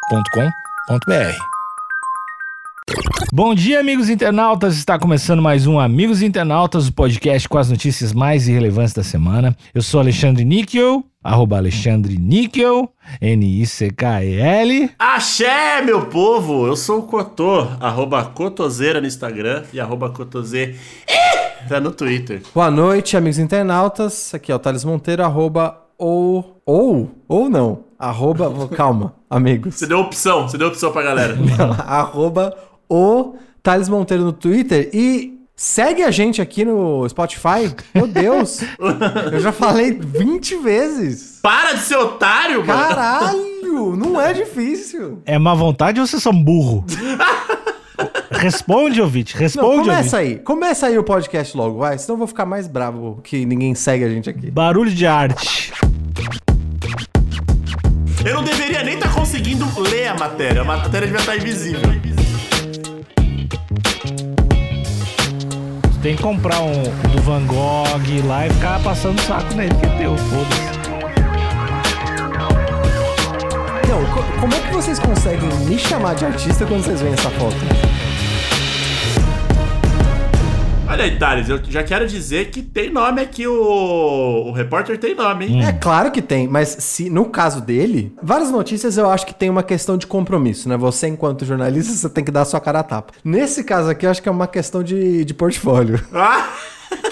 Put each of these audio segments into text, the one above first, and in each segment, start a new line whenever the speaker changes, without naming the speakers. agenciadepodcast.com.br.
Bom dia, amigos internautas. Está começando mais um Amigos Internautas, o podcast com as notícias mais irrelevantes da semana. Eu sou Alexandre Níquel, arroba Alexandre Níquel, N-I-C-K-E-L.
Axé, meu povo! Eu sou o Cotô, arroba Cotoseira no Instagram e arroba Cotose... Ih! Tá no Twitter.
Boa noite, amigos internautas. Aqui é o Thales Monteiro, arroba ou. Ou? Ou não. Arroba. vou- Calma, amigos.
Você deu opção, você deu opção pra galera.
arroba o Thales Monteiro no Twitter e. Segue a gente aqui no Spotify. Meu Deus! eu já falei 20 vezes.
Para de ser otário, mano!
Caralho! Não é difícil.
É má vontade ou vocês são burro? responde, ouvinte,
Não,
responde, ouvinte.
começa aí. Começa aí o podcast logo, vai. Senão eu vou ficar mais bravo que ninguém segue a gente aqui.
Barulho de arte.
Eu não deveria nem estar tá conseguindo ler a matéria. A matéria devia estar invisível.
Tem que comprar um do Van Gogh lá e ficar passando o saco nele, que é teu, foda-se.
Então, co- como é que vocês conseguem me chamar de artista quando vocês veem essa foto?
Olha aí, Thales, eu já quero dizer que tem nome aqui, o, o repórter tem nome, hein?
É claro que tem, mas se no caso dele, várias notícias eu acho que tem uma questão de compromisso, né? Você, enquanto jornalista, você tem que dar a sua cara a tapa. Nesse caso aqui, eu acho que é uma questão de, de portfólio.
Ah,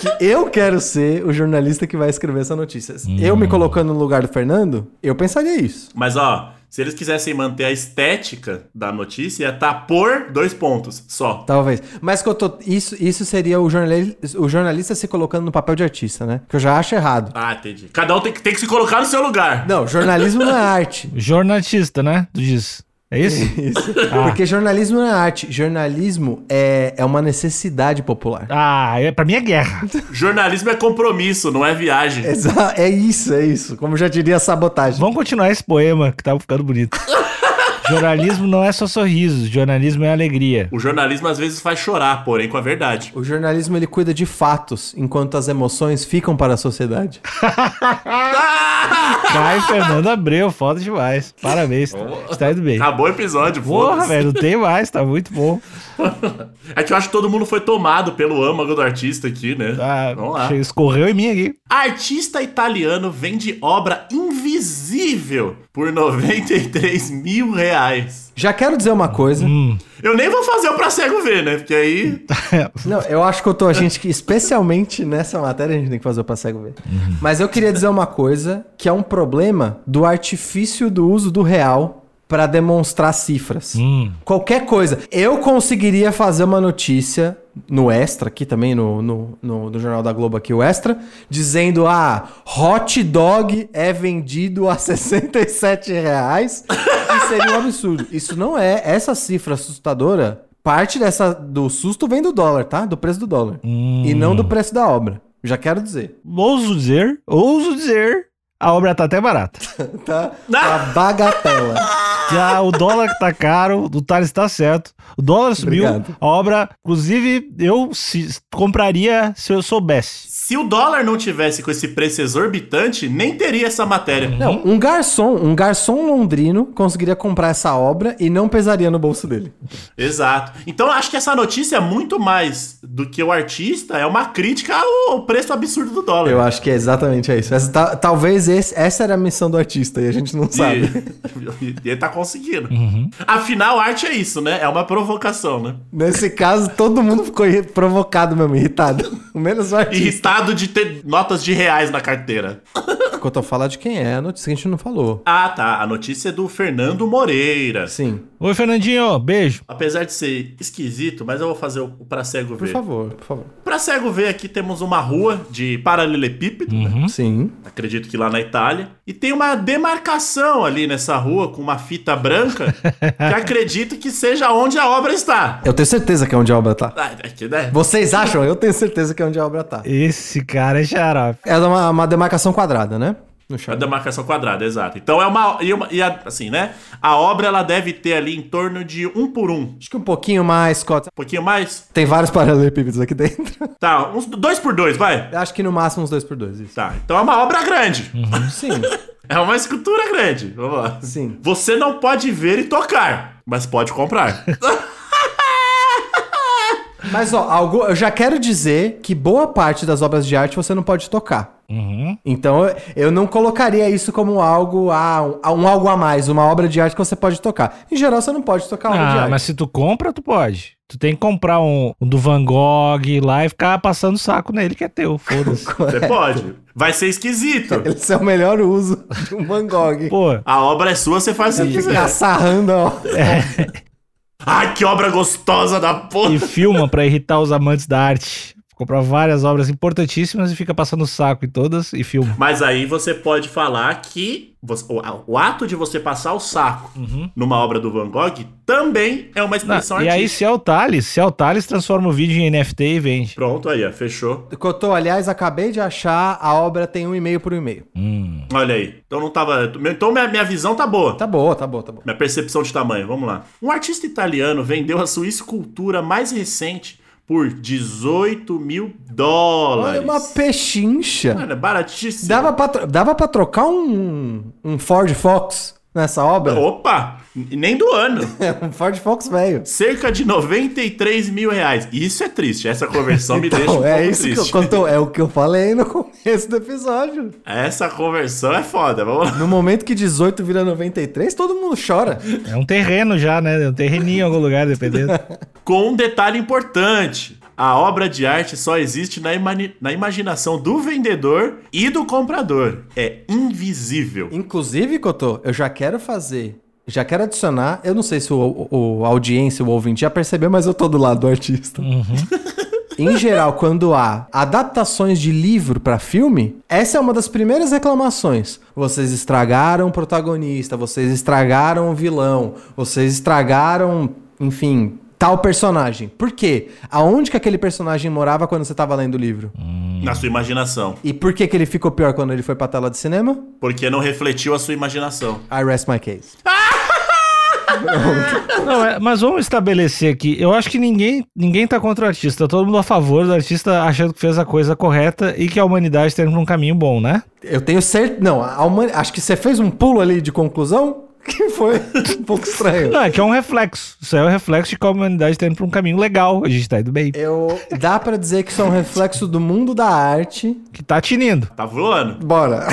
Que eu quero ser o jornalista que vai escrever essa notícia. Eu me colocando no lugar do Fernando, eu pensaria isso.
Mas ó, se eles quisessem manter a estética da notícia, ia tá por dois pontos só.
Talvez. Mas que eu tô- isso, isso seria o, jornali- o jornalista se colocando no papel de artista, né? Que eu já acho errado.
Ah, entendi. Cada um tem que, tem que se colocar no seu lugar.
Não, jornalismo não é arte.
Jornalista, né? Tu diz. É isso?
Isso.
Ah.
Porque jornalismo não é arte. Jornalismo é, é uma necessidade popular.
Ah, é, pra mim é guerra.
Jornalismo é compromisso, não é viagem.
Exa- É isso, é isso. Como já diria a sabotagem.
Vamos continuar esse poema que tava ficando bonito. jornalismo não é só sorrisos, jornalismo é alegria.
O jornalismo às vezes faz chorar, porém com a verdade.
O jornalismo ele cuida de fatos, enquanto as emoções ficam para a sociedade.
Caio Fernando Abreu, foda demais. Parabéns. Está indo bem.
Acabou o episódio,
Porra,
Tá foda-se.
velho, não tem mais, tá muito bom.
É que eu acho que todo mundo foi tomado pelo âmago do artista aqui, né?
Tá,
Vamos lá.
che- escorreu em mim aqui.
Artista italiano vende obra invisível por 93 mil reais.
Já quero dizer uma coisa.
Eu nem vou fazer o pra cego ver, né? Porque aí.
Não, eu acho que eu tô a gente que, especialmente nessa matéria, a gente tem que fazer o cego ver. Mas eu queria dizer uma coisa, que é um problema do artifício do uso do real para demonstrar cifras. Qualquer coisa. Eu conseguiria fazer uma notícia no Extra, aqui também, no, no, no- no Jornal da Globo aqui, o Extra, dizendo, ah, hot dog é vendido a 67 reais. Isso seria um absurdo. Isso não é. Essa cifra assustadora, parte dessa do susto vem do dólar, tá? Do preço do dólar. E não do preço da obra. Já quero dizer,
Ouso dizer, ouso dizer, a obra tá até barata.
tá? A bagatela.
Já o dólar que tá caro, o Thales tá certo. O dólar subiu,
Obrigado.
a obra, inclusive, eu se- compraria se eu soubesse.
Se o dólar não tivesse com esse preço exorbitante, nem teria essa matéria.
Não, um garçom, um garçom londrino conseguiria comprar essa obra e não pesaria no bolso dele.
Exato. Então eu acho que essa notícia é muito mais do que o artista, é uma crítica ao preço absurdo do dólar.
Eu acho que é exatamente isso. Essa, ta- talvez esse- essa era a missão do artista e a gente não sabe. Uhum.
E, e ele tá conseguindo. Afinal, arte é isso, né? É uma provocação, né?
Nesse caso, todo mundo ficou irri- provocado mesmo, irritado. Menos o artista.
Irritado de ter notas de reais na carteira.
Quando eu falar de quem é, a notícia que a gente não falou.
Ah, tá. A notícia é do Fernando Moreira.
Sim.
Oi, Fernandinho, beijo.
Apesar de ser esquisito, mas eu vou fazer o pra cego
Por
ver.
favor, por favor.
Pra cego ver, aqui temos uma rua de paralelepípedo, né?
Sim.
acredito que lá na Itália. E tem uma demarcação ali nessa rua com uma fita branca que acredito que seja onde a obra está.
Eu tenho certeza que é onde a obra tá.
Ah, é que, né?
Vocês acham? Eu tenho certeza que é onde a obra tá.
Esse cara é xarope.
É uma, uma demarcação quadrada, né? No
É
chão.
da marcação quadrada, exato. Então é uma. E, uma- e a- assim, né? A obra ela deve ter ali em torno de um por um. Um
Acho que um pouquinho mais, Cota.
pouquinho mais.
Tem vários paralelepípedos aqui dentro.
Tá, uns dois por dois, vai.
Acho que no máximo uns dois por dois, isso.
Tá, então é uma obra grande.
Sim,
É uma escultura grande. Vamos lá.
sim.
Você não pode ver e tocar, mas pode comprar.
Mas, ó, algo, eu já quero dizer que boa parte das obras de arte você não pode tocar.
Uhum.
Então, eu, eu não colocaria isso como algo a, um, um algo a mais, uma obra de arte que você pode tocar. Em geral, você não pode tocar obra de
Ah,
arte.
mas se tu compra, tu pode. Tu tem que comprar um, um do Van Gogh lá e ficar passando saco nele que é teu, foda-se.
Você pode. Vai ser esquisito.
Esse é o melhor uso de um Van Gogh.
Pô,
A obra é sua, você faz o que quiser.
Ficar sarrando, ó.
Ai, que obra gostosa da porra.
e filma pra irritar os amantes da arte. Compra várias obras importantíssimas e fica passando saco em todas e filma.
Mas aí você pode falar que você- o, o ato de você passar o saco numa obra do Van Gogh também é uma
Não,
expressão
e aí,
artística.
se é o Thales, se é o Thales, transforma o vídeo em NFT e vende.
Pronto, aí, ó, fechou.
Cotô, aliás, acabei de achar, a obra tem um e-mail por um e-mail.
Hum.
Olha aí. Então não tava. Então minha, minha visão tá boa.
Tá boa, tá boa, tá boa.
Minha percepção de tamanho, vamos lá. Um artista italiano vendeu a sua escultura mais recente por 18 mil dólares.
Olha, uma pechincha.
Mano, é baratíssimo.
Dava pra, tro- dava pra trocar um, um Ford Fox nessa obra?
Opa! n- Nem do ano.
É um Ford Fox velho.
Cerca de 93 mil reais. Isso é triste. Essa conversão me deixa um
Então,
pouco
é isso
triste.
que eu conto, é o que eu falei no começo do episódio.
Essa conversão é foda. Vamos lá.
No momento que 18 vira 93, todo mundo chora.
É um terreno já, né? É um terreninho em algum lugar, dependendo.
Com um detalhe importante. A obra de arte só existe na, imani- na imaginação do vendedor e do comprador. É invisível.
Inclusive, Cotô, eu já quero fazer, já quero adicionar. Eu não sei se o, o- a audiência, o ouvinte já percebeu, mas eu tô do lado do artista. em geral, quando há adaptações de livro pra filme, essa é uma das primeiras reclamações. Vocês estragaram o protagonista, vocês estragaram o vilão, vocês estragaram, enfim, tal personagem. Por quê? Aonde que aquele personagem morava quando você tava lendo o livro?
Na sua imaginação.
E por que que ele ficou pior quando ele foi pra tela de cinema?
Porque não refletiu a sua imaginação.
I rest my case.
Não, é- mas vamos estabelecer aqui. Eu acho que ninguém, ninguém tá contra o artista. Todo mundo a favor do artista achando que fez a coisa correta e que a humanidade tá indo pra um caminho bom, né?
Eu tenho certeza. Não, a humani- acho que você fez um pulo ali de conclusão que foi um pouco estranho.
Não, é que é um reflexo. Isso aí é um reflexo de que a humanidade tá indo pra um caminho legal. A gente tá indo bem.
Eu... Dá pra dizer que isso é um reflexo do mundo da arte.
Que tá tinindo.
Tá voando.
Bora.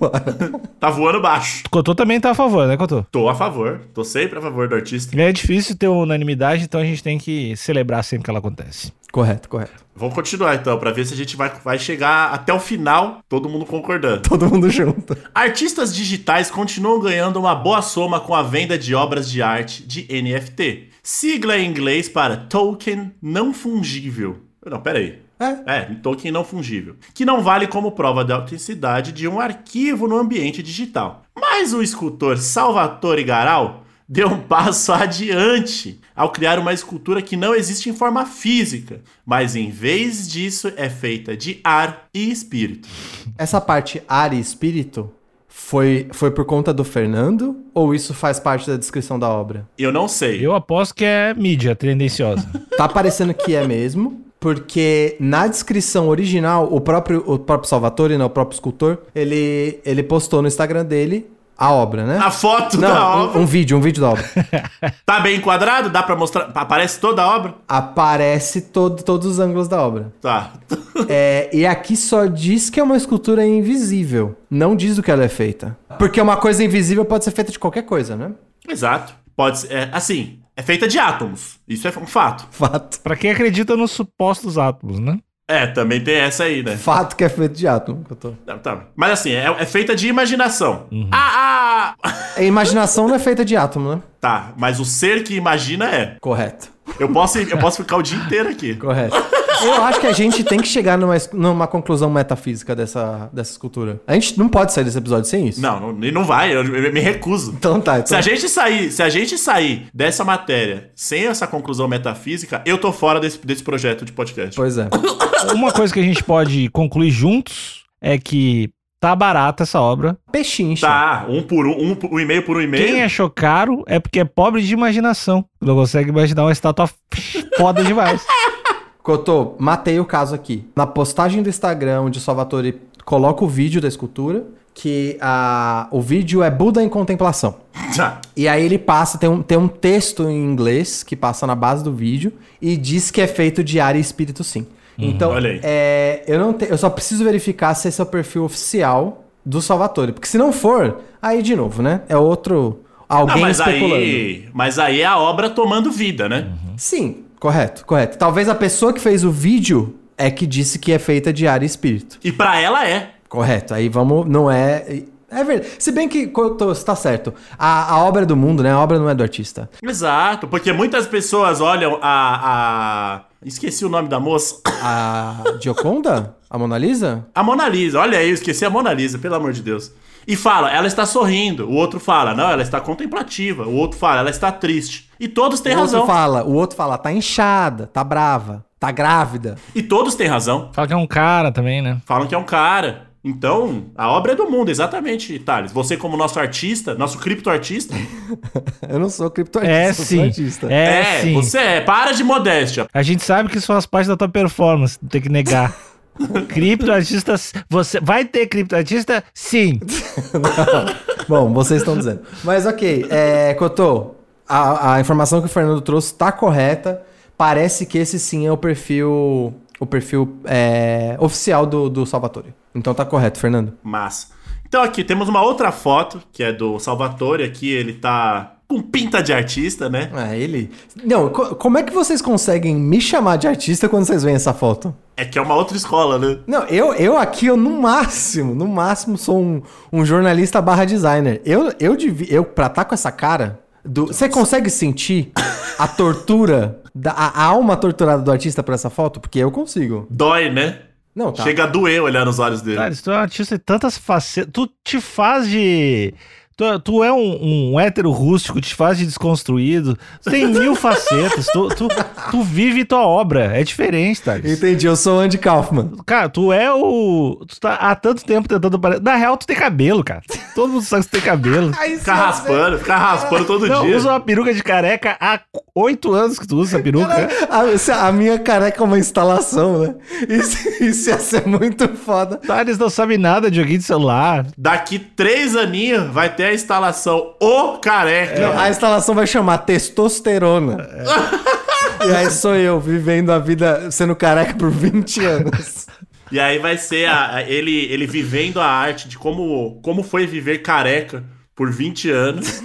Bora.
Tá voando baixo.
Cotô também tá a favor, né, Cotô?
Tô a favor. Tô sempre a favor do artista.
É difícil ter unanimidade, então a gente tem que celebrar sempre que ela acontece.
Correto, correto.
Vamos continuar então, pra ver se a gente vai, vai chegar até o final, todo mundo concordando.
Todo mundo junto.
Artistas digitais continuam ganhando uma boa soma com a venda de obras de arte de NFT. Sigla em inglês para token não fungível. Não, peraí.
É.
É, token não fungível, que não vale como prova da autenticidade de um arquivo no ambiente digital. Mas o escultor Salvatore Garal deu um passo adiante ao criar uma escultura que não existe em forma física, mas em vez disso é feita de ar e espírito.
Essa parte ar e espírito foi, foi por conta do Fernando? Ou isso faz parte da descrição da obra?
Eu não sei.
Eu aposto que é mídia tendenciosa.
Tá parecendo que é mesmo, porque na descrição original, o próprio, o próprio Salvatore, né, o próprio escultor, ele, ele postou no Instagram dele a obra, né?
A foto
Não,
da
um-
obra
um, vídeo, um vídeo da obra.
tá bem enquadrado? Dá pra mostrar? Aparece toda a obra?
Aparece todo, todos os ângulos da obra.
Tá.
É, e aqui só diz que é uma escultura invisível. Não diz do que ela é feita. Porque uma coisa invisível pode ser feita de qualquer coisa, né?
Exato. Pode ser, é, assim, é feita de átomos. Isso é um fato.
Fato.
Pra quem acredita nos supostos átomos, né?
É, também tem essa aí, né?
Fato que é feito de átomo. que eu tô-
Tá, tá. Mas assim, é, é feita de imaginação.
Uhum.
Ah, ah!
A imaginação não é feita de átomo, né?
Tá, mas o ser que imagina é.
Correto.
Eu posso, eu posso ficar o dia inteiro aqui.
Correto. Eu acho que a gente tem que chegar numa, es- numa conclusão metafísica dessa, dessa escultura. A gente não pode sair desse episódio sem isso.
Não, não, e não vai, eu, eu me recuso.
Então tá.
Se
Então...
a gente sair, se a gente sair dessa matéria sem essa conclusão metafísica, eu tô fora desse, desse projeto de podcast.
Pois é.
Uma coisa que a gente pode concluir juntos é que Tá barata essa obra.
Pechincha.
Tá, um por um, um, por- um e-mail por um e-mail.
Quem achou caro é porque é pobre de imaginação. Não consegue imaginar uma estátua foda demais.
Cotô, matei o caso aqui. Na postagem do Instagram, onde o Salvatore coloca o vídeo da escultura, que a, o vídeo é Buda em contemplação.
Tá.
E aí ele passa, tem um, tem um texto em inglês que passa na base do vídeo e diz que é feito de ar e espírito sim. Então,
Hum, olha aí.
é, eu, não te- eu só preciso verificar se esse é o perfil oficial do Salvatore. Porque se não for, aí de novo, né? É outro.
Ah,
Alguém
mas
especulando. Uhum.
aí, mas aí é a obra tomando vida, né?
Sim, correto, correto. Talvez a pessoa que fez o vídeo é que disse que é feita de ar e espírito.
E pra ela é.
Correto, aí vamos, não é. É verdade. Se bem que co- tô- você tá certo. A, a obra é do mundo, né? A obra não é do artista.
Exato, porque muitas pessoas olham a, a... Esqueci o nome da moça.
A Gioconda? A Mona Lisa?
A Mona Lisa, olha aí, eu esqueci a Mona Lisa, pelo amor de Deus. E fala, ela está sorrindo. O outro fala, não, ela está contemplativa. O outro fala, ela está triste. E todos têm
o
razão.
outro fala, o outro fala, tá inchada, tá brava, tá grávida.
E todos têm razão.
Fala que é um cara também, né?
Falam que é um cara. Então, a obra é do mundo, exatamente, Thales. Você, como nosso artista, nosso criptoartista,
Eu não sou criptoartista,
É
eu sou
sim.
artista.
É, sim.
você é. Para de modéstia.
A gente sabe que isso faz parte da tua performance, não tem que negar. criptoartista, você vai ter criptoartista? Sim.
Bom, vocês estão dizendo. Mas ok, é, Cotô, a, a informação que o Fernando trouxe tá correta. Parece que esse sim é o perfil. O perfil é, oficial do, do Salvatore. Então tá correto, Fernando.
Massa. Então aqui temos uma outra foto, que é do Salvatore. Aqui ele tá com pinta de artista, né?
Ah, ele. Não, co- como é que vocês conseguem me chamar de artista quando vocês veem essa foto?
É que é uma outra escola, né?
Não, eu, eu aqui, eu no máximo, no máximo sou um, um jornalista barra designer. Eu, eu, devi, eu pra estar com essa cara, do, você consegue sentir a tortura, da, a, a alma torturada do artista por essa foto? Porque eu consigo.
Dói, né?
Não, tá.
Chega a doer olhar nos olhos dele.
Cara, tu é um artista de tantas facetas. Tu te faz de. Tu, tu é um, um hétero rústico, te faz de desconstruído. Tu tem mil facetas. Tu, tu, tu vive tua obra. É diferente, tá?
Entendi, eu sou o Andy Kaufman.
Cara, tu é o. Tu tá há tanto tempo tentando. pare- Na real, tu tem cabelo, cara. Todo mundo sabe que tu tem cabelo.
Ficar Tá raspando, ficar raspando todo
Não,
dia.
usa uma peruca de careca há oito anos que tu usa essa peruca.
A, se a minha careca é uma instalação, né? Isso, isso ia ser muito foda.
Thales não sabe nada de joguinho de celular.
Daqui três aninhos vai ter a instalação O Careca.
Não, a instalação vai chamar testosterona. E aí sou eu vivendo a vida sendo careca por 20 anos.
E aí vai ser a- a- ele, ele vivendo a arte de como, como foi viver careca por 20 anos.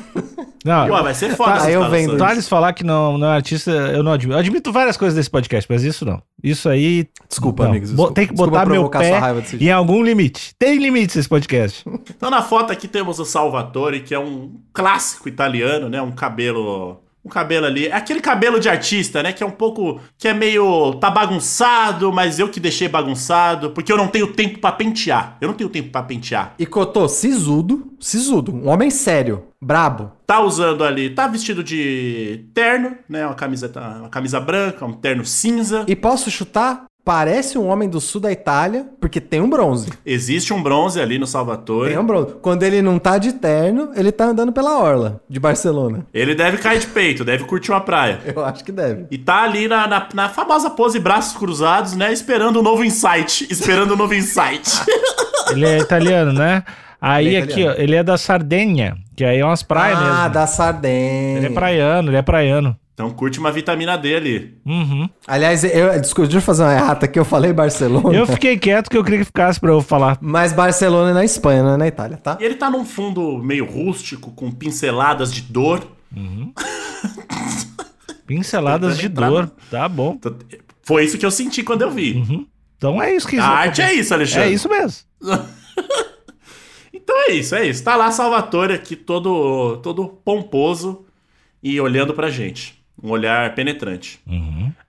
Não,
Ué, vai ser foda
Tá,
essa
eu
instalação.
vendo. Tá,
Thales falar que não, não é artista, eu não admito. Eu admito várias coisas desse podcast, mas isso não. Isso aí.
Desculpa,
não.
amigos,
Bo-
desculpa.
Tem que
Desculpa
botar meu
provocar sua
pé
raiva desse
em algum limite. Tem limite esse podcast.
Então na foto aqui temos o Salvatore, que é um clássico italiano, né? Um cabelo. Um cabelo ali. É aquele cabelo de artista, né? Que é um pouco. Que é meio. Tá bagunçado, mas eu que deixei bagunçado. Porque eu não tenho tempo pra pentear. Eu não tenho tempo pra pentear.
E Cotô, sisudo, sisudo, um homem sério, brabo.
tá usando ali, tá vestido de terno, né? Uma camisa, uma camisa branca, um terno cinza.
E posso chutar? Parece um homem do sul da Itália, porque tem um bronze.
Existe um bronze ali no Salvatore.
Tem um bronze. Quando ele não tá de terno, ele tá andando pela orla de Barcelona.
Ele deve cair de peito, deve curtir uma praia.
Eu acho que deve.
E tá ali na, na, na famosa pose braços cruzados, né? Esperando um novo insight. Esperando um novo insight.
Ele é italiano, né? Aí
Ele é
aqui, ó, ele é da Sardenha, que aí é umas praias
ah,
mesmo.
da Sardenha.
Ele é praiano, ele é praiano.
então curte uma vitamina D ali.
Uhum.
Aliás, eu, desculpa, deixa eu fazer uma errata aqui, eu falei Barcelona.
Eu fiquei quieto que eu queria que ficasse pra eu falar.
Mas Barcelona é na Espanha, não é na Itália, tá?
E ele tá num fundo meio rústico, com pinceladas de dor.
Pinceladas de dor. Tá bom.
Então, Foi isso que eu senti quando eu vi.
Então é isso que
A arte é isso, Alexandre.
É isso mesmo.
Então é isso, é isso. Tá lá Salvatore aqui todo, todo pomposo e olhando pra gente. Um olhar penetrante.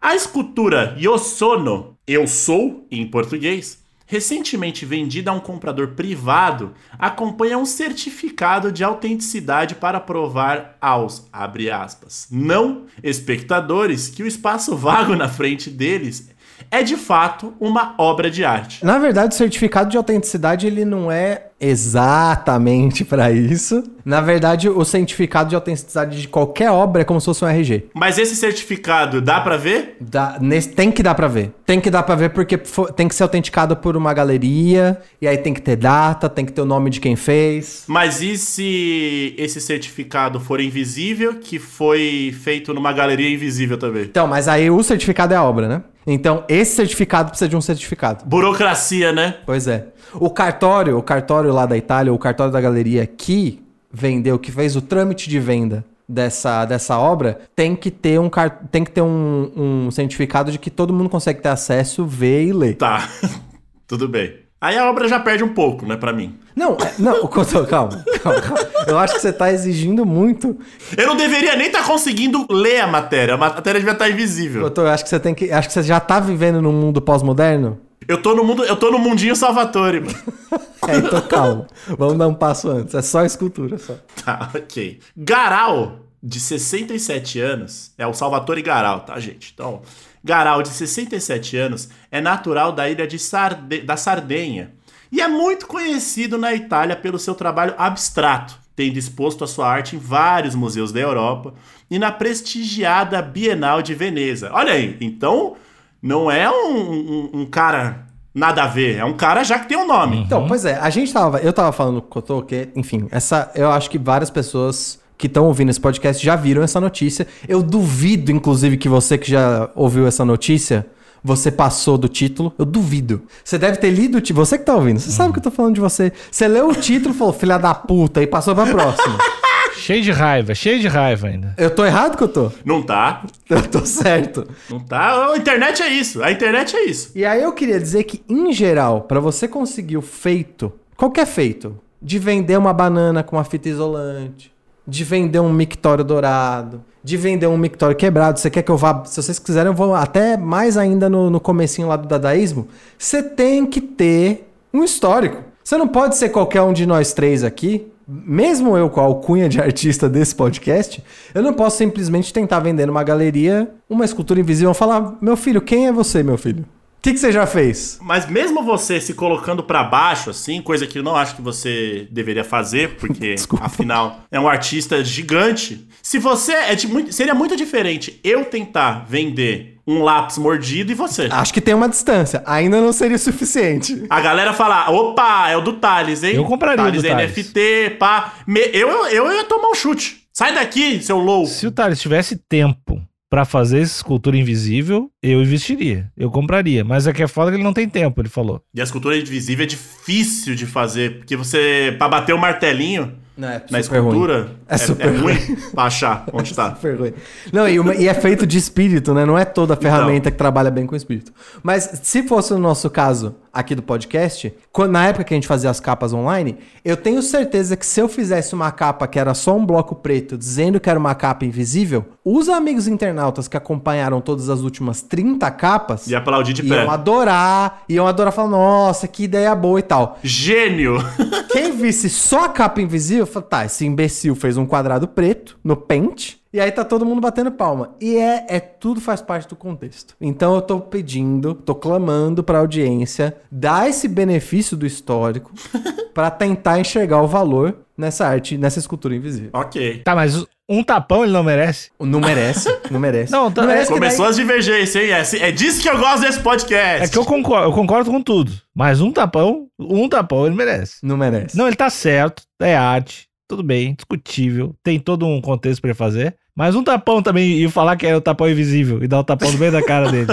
A escultura Yo Sono, Eu Sou, em português, recentemente vendida a um comprador privado, acompanha um certificado de autenticidade para provar aos, abre aspas, não espectadores que o espaço vago na frente deles é de fato uma obra de arte.
Na verdade, o certificado de autenticidade ele não é exatamente para isso. Na verdade, o certificado de autenticidade de qualquer obra é como se fosse um RG.
Mas esse certificado dá pra ver?
Dá- nesse- tem que dar pra ver. Tem que dar pra ver porque fo- tem que ser autenticado por uma galeria, e aí tem que ter data, tem que ter o nome de quem fez.
Mas e se esse certificado for invisível, que foi feito numa galeria invisível também?
Então, mas aí o certificado é a obra, né? Então, esse certificado precisa de um certificado.
Burocracia, né?
Pois é. O cartório, o cartório lá da Itália, o cartório da galeria que vendeu, que fez o trâmite de venda dessa, dessa obra, tem que ter, um, car- tem que ter um, um certificado de que todo mundo consegue ter acesso, ver e ler.
Tá, tudo bem. Aí a obra já perde um pouco, né, pra mim.
Não, é- não, Couto, calma, calma, calma. Eu acho que você tá exigindo muito.
Eu não deveria nem estar conseguindo ler a matéria. A matéria devia estar invisível.
Couto, eu acho que você tem que. Acho que você já tá vivendo num mundo pós-moderno.
Eu tô no mundo, eu tô no mundinho Salvatore, mano.
É, então calma. Vamos dar um passo antes. É só escultura só.
Tá, ok. Garal, de 67 anos, é o Salvatore Garal, tá, gente? Então, Garal, de 67 anos, é natural da ilha de Sarde- da Sardenha e é muito conhecido na Itália pelo seu trabalho abstrato, tendo exposto a sua arte em vários museus da Europa e na prestigiada Bienal de Veneza. Olha aí, então não é um, um- um cara nada a ver, é um cara já que tem um nome.
Então, pois é, a gente tava. Eu tava falando com o Cotô que, enfim, essa. Eu acho que várias pessoas que estão ouvindo esse podcast já viram essa notícia. Eu duvido, inclusive, que você que já ouviu essa notícia. Você passou do título, eu duvido. Você deve ter lido o título. Você que tá ouvindo, você sabe que eu tô falando de você. Você leu o título e falou, filha da puta, e passou pra próxima.
Cheio de raiva, cheio de raiva ainda.
eu tô errado que eu tô?
Não tá,
Eu tô certo.
não tá. A internet é isso, a internet é isso.
E aí eu queria dizer que, em geral, pra você conseguir o feito, qualquer feito, de vender uma banana com uma fita isolante, de vender um mictório dourado, de vender um mictório quebrado, você quer que eu vá. Se vocês quiserem, eu vou até mais ainda no, no comecinho lá do dadaísmo. Você tem que ter um histórico. Você não pode ser qualquer um de nós três aqui. Mesmo eu com a alcunha de artista desse podcast, eu não posso simplesmente tentar vender numa galeria uma escultura invisível e falar: meu filho, quem é você, meu filho? O que, que você já fez?
Mas mesmo você se colocando pra baixo, assim, coisa que eu não acho que você deveria fazer, porque
Desculpa.
afinal é um artista gigante. Se você é de muito, seria muito diferente eu tentar vender um lápis mordido e você.
Ah.
Acho que tem uma distância. Ainda não seria o suficiente.
A galera falar, opa, é o do Thales, hein?
Eu compraria o
Thales
do
é
Thales.
NFT, pá. Me- eu, eu, eu ia tomar um chute. Sai daqui, seu low.
Se o Thales tivesse tempo pra fazer essa escultura invisível, eu investiria, eu compraria. Mas aqui é foda que ele não tem tempo, ele falou.
E a escultura invisível é difícil de fazer, porque você, pra bater o martelinho
Não, é
na escultura,
É super
ruim pra achar onde tá.
Super ruim. Não, e, uma- e é feito de espírito, né? Não é toda
Então.
a ferramenta que trabalha bem com espírito. Mas se fosse no nosso caso aqui do podcast, quando- na época que a gente fazia as capas online, eu tenho certeza que se eu fizesse uma capa que era só um bloco preto, dizendo que era uma capa invisível, os amigos internautas que acompanharam todas as últimas 30 capas
E aplaudir de pé.
iam adorar, iam adorar falar, nossa, que ideia boa e tal.
Gênio!
Quem visse só a capa invisível, fala, tá, esse imbecil fez um quadrado preto no pente, e aí tá todo mundo batendo palma. E é, é tudo faz parte do contexto. Então eu tô pedindo, tô clamando pra audiência dar esse benefício do histórico pra tentar enxergar o valor nessa arte, nessa escultura invisível.
ok.
Tá, mas um tapão ele não merece?
Não merece, não merece.
Não, tá-
merece que
Começou as divergências, hein? É, se- é disso que eu gosto desse podcast.
É que eu concordo, eu concordo com tudo. Mas um tapão, um tapão ele merece.
daí- Não merece.
Não, ele tá certo, é arte, tudo bem, discutível, tem todo um contexto pra ele fazer. Mas um tapão também, e falar que é o tapão invisível, e dar o tapão no meio da cara dele.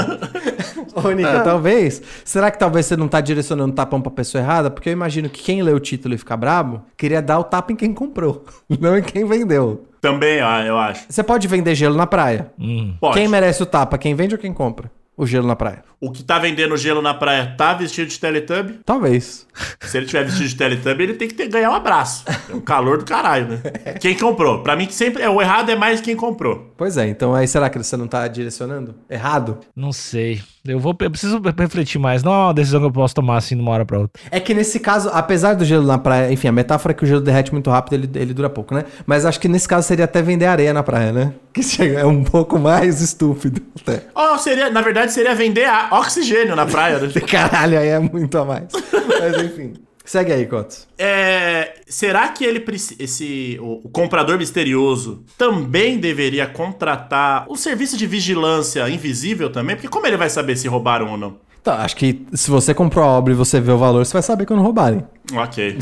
Ô, Nica, É, talvez. Será que talvez você não tá direcionando o tapão pra pessoa errada? Porque eu imagino que quem lê o título e fica brabo queria dar o tapa em quem comprou, não em quem vendeu.
Também, ó, eu acho.
Você pode vender gelo na praia.
Hum.
Pode.
Quem merece o tapa? Quem vende ou quem compra? O gelo na praia.
O que tá vendendo gelo na praia tá vestido de Teletubby?
Talvez.
Se ele tiver vestido de Teletubby, ele tem que ter, ganhar um abraço. É um calor do caralho, né? Quem comprou? Pra mim, que sempre é o errado é mais quem comprou.
Pois é, então aí será que você não tá direcionando? Errado?
Não sei. Eu vou eu preciso refletir mais. Não é uma decisão que eu posso tomar assim de uma hora pra outra.
É que nesse caso, apesar do gelo na praia, enfim, a metáfora é que o gelo derrete muito rápido, ele, ele dura pouco, né? Mas acho que nesse caso seria até vender areia na praia, né? Que chega- é um pouco mais estúpido até.
Ó, seria, na verdade, seria vender a. oxigênio na praia, né?
Caralho, aí é muito a mais. Mas enfim. Segue aí, Cotos.
É, será que ele preci- esse o, o comprador misterioso também deveria contratar o serviço de vigilância invisível também? Porque como ele vai saber se roubaram ou não?
Então, acho que se você comprou a obra e você vê o valor, você vai saber quando roubarem.
Ok.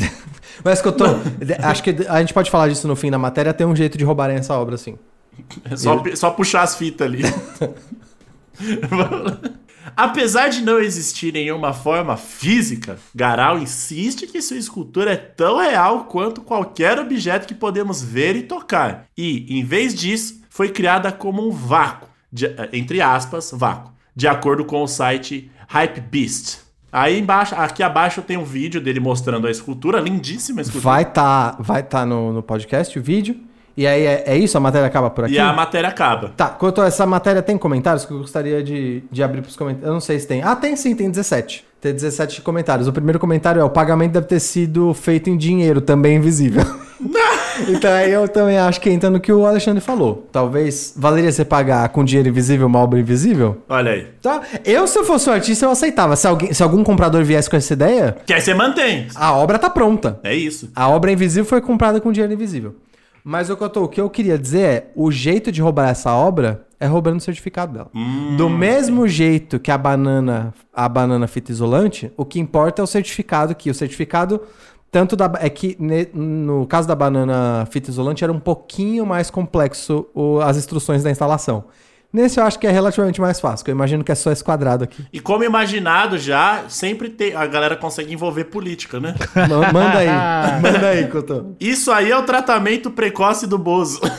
Mas que eu tô. Acho que a gente pode falar disso no fim da matéria, tem um jeito de roubarem essa obra, sim.
É só, pi- só puxar as fitas ali. Apesar de não existir nenhuma forma física, Garau insiste que sua escultura é tão real quanto qualquer objeto que podemos ver e tocar. E, em vez disso, foi criada como um vácuo, de- eh, entre aspas, vácuo, de acordo com o site Hypebeast. Aí embaixo, aqui abaixo tem um vídeo dele mostrando a escultura, lindíssima escultura.
Vai tá, vai tá no, no podcast o vídeo. E aí é, é isso? A matéria acaba por aqui?
E a matéria acaba.
Tá, quanto a essa matéria, tem comentários que eu gostaria de, de abrir pros comentários. Eu não sei se tem. Ah, tem sim, tem 17. Tem 17 comentários. O primeiro comentário é: o pagamento deve ter sido feito em dinheiro, também invisível. então aí eu também acho que entra no que o Alexandre falou. Talvez valeria você pagar com dinheiro invisível uma obra invisível?
Olha aí.
Tá? Eu, se eu fosse um artista, eu aceitava. Se, alguém, se algum comprador viesse com essa ideia,
Que aí você mantém.
a obra tá pronta.
É isso.
A obra invisível foi comprada com dinheiro invisível. Mas ô Cotô, o que eu queria dizer é: o jeito de roubar essa obra é roubando o certificado dela. Do mesmo jeito que a banana, a banana fita isolante, o que importa é o certificado que o certificado tanto da é que ne- no caso da banana fita isolante era um pouquinho mais complexo o- as instruções da instalação. Nesse eu acho que é relativamente mais fácil, que eu imagino que é só esse quadrado aqui.
E como imaginado já, sempre tem, a galera consegue envolver política, né?
Ma- Manda aí, manda aí, Cotô.
Isso aí é o tratamento precoce do Bozo.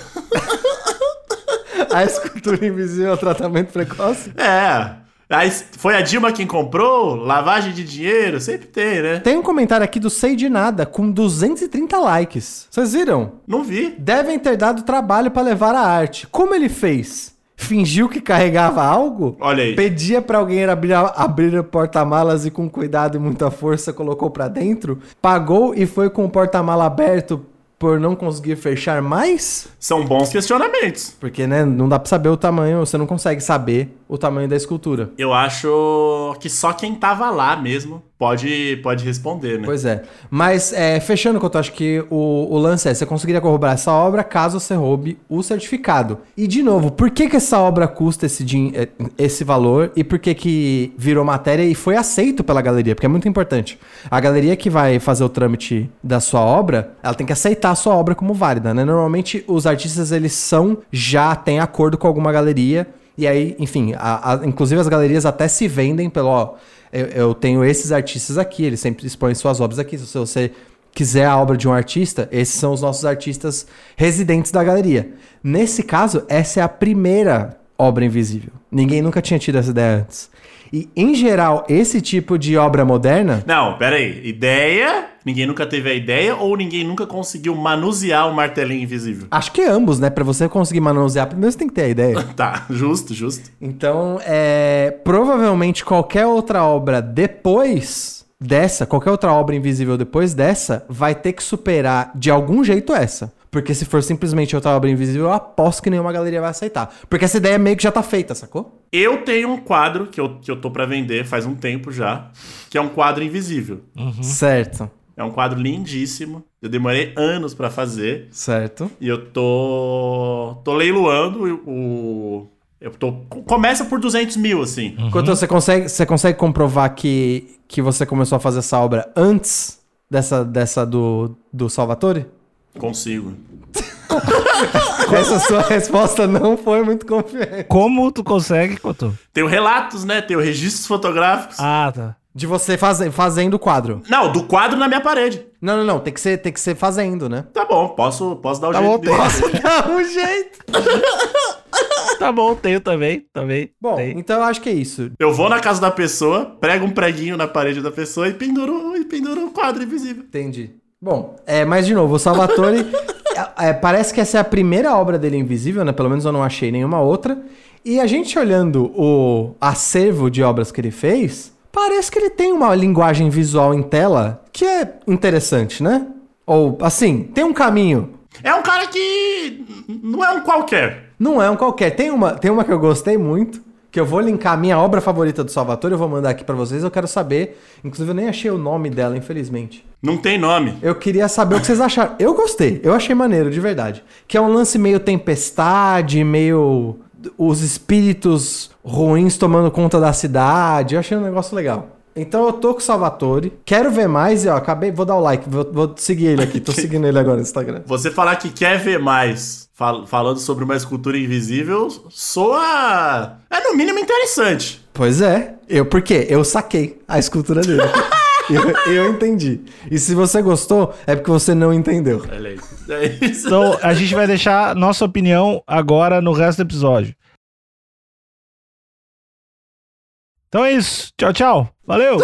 A escultura invisível é o tratamento precoce?
É. Aí foi a Dilma quem comprou, lavagem de dinheiro, sempre tem, né?
Tem um comentário aqui do Sei de Nada com 230 likes. Vocês viram?
Não vi.
Devem ter dado trabalho pra levar a arte. Como ele fez? Fingiu que carregava algo?
Olha aí.
Pedia pra alguém abrir, a- abrir o porta-malas e com cuidado e muita força colocou pra dentro? Pagou e foi com o porta-mala aberto por não conseguir fechar mais?
São bons questionamentos.
Porque, né, não dá pra saber o tamanho, você não consegue saber o tamanho da escultura.
Eu acho que só quem tava lá mesmo pode, pode responder, né?
Pois é. Mas é, fechando que eu tô, acho que o, o lance é, você conseguiria corroborar essa obra caso você roube o certificado. E de novo, por que que essa obra custa esse, din- eh, esse valor e por que que virou matéria e foi aceito pela galeria? Porque é muito importante. A galeria que vai fazer o trâmite da sua obra, ela tem que aceitar a sua obra como válida, né? Normalmente os artistas, eles são, já têm acordo com alguma galeria e aí, enfim, a- a- inclusive as galerias até se vendem pelo, ó, eu, eu tenho esses artistas aqui, eles sempre expõem suas obras aqui. Se você quiser a obra de um artista, esses são os nossos artistas residentes da galeria. Nesse caso, essa é a primeira obra invisível. Ninguém nunca tinha tido essa ideia antes. E, em geral, esse tipo de obra moderna.
Não, peraí. Ideia? Ninguém nunca teve a ideia ou ninguém nunca conseguiu manusear o martelinho invisível?
Acho que ambos, né? Pra você conseguir manusear, primeiro você tem que ter a ideia.
Tá, justo, justo.
Então, é, provavelmente qualquer outra obra depois dessa, qualquer outra obra invisível depois dessa, vai ter que superar de algum jeito essa. Porque se for simplesmente outra obra invisível, eu aposto que nenhuma galeria vai aceitar. Porque essa ideia meio que já tá feita, sacou?
Eu tenho um quadro que eu, que eu tô pra vender faz um tempo já, que é um quadro invisível.
Certo,
É um quadro lindíssimo. Eu demorei anos pra fazer
certo.
e eu tô tô leiloando e o eu tô começa por 200 mil assim.
Enquanto você consegue, você consegue comprovar que, que você começou a fazer essa obra antes dessa, dessa do, do Salvatore?
Consigo.
Essa sua resposta não foi muito confiante.
Como tu consegue, Cotô?
Tenho relatos, né? Tenho registros fotográficos.
Ah, tá.
De você faze- fazendo o quadro.
Não, do quadro na minha parede.
Não, não, não. Tem que ser, tem que ser fazendo, né?
Tá bom, posso posso
Tá
dar o jeito. dele.
dar um jeito.
Tá bom, tenho também, também.
Bom,
tem.
então eu acho que é isso.
Eu vou na casa da pessoa, prego um preguinho na parede da pessoa e penduro e penduro o quadro invisível.
Entendi. Bom, é, mas de novo, o Salvatore. é, é, parece que essa é a primeira obra dele invisível, né? Pelo menos eu não achei nenhuma outra. E a gente olhando o acervo de obras que ele fez, parece que ele tem uma linguagem visual em tela que é interessante, né? Ou, assim, tem um caminho.
É um cara que n- não é um qualquer.
Não é um qualquer. Tem uma, tem uma que eu gostei muito, que eu vou linkar a minha obra favorita do Salvatore, eu vou mandar aqui pra vocês, eu quero saber. Inclusive, eu nem achei o nome dela, infelizmente.
Não tem nome.
Eu queria saber o que vocês acharam. Eu gostei, eu achei maneiro, de verdade. Que é um lance meio tempestade, meio os espíritos ruins tomando conta da cidade. Eu achei um negócio legal. Então eu tô com o Salvatore. Quero ver mais e ó, acabei, vou dar o like, vou, vou seguir ele aqui. Tô seguindo ele agora no Instagram.
Você falar que quer ver mais fal- falando sobre uma escultura invisível soa. É no mínimo interessante.
Pois é. Eu por quê? Eu saquei a escultura dele. Eu, eu entendi. E se você gostou, é porque você não entendeu.
Olha aí. É isso.
Então a gente vai deixar nossa opinião agora no resto do episódio. Então é isso. Tchau, tchau. Valeu!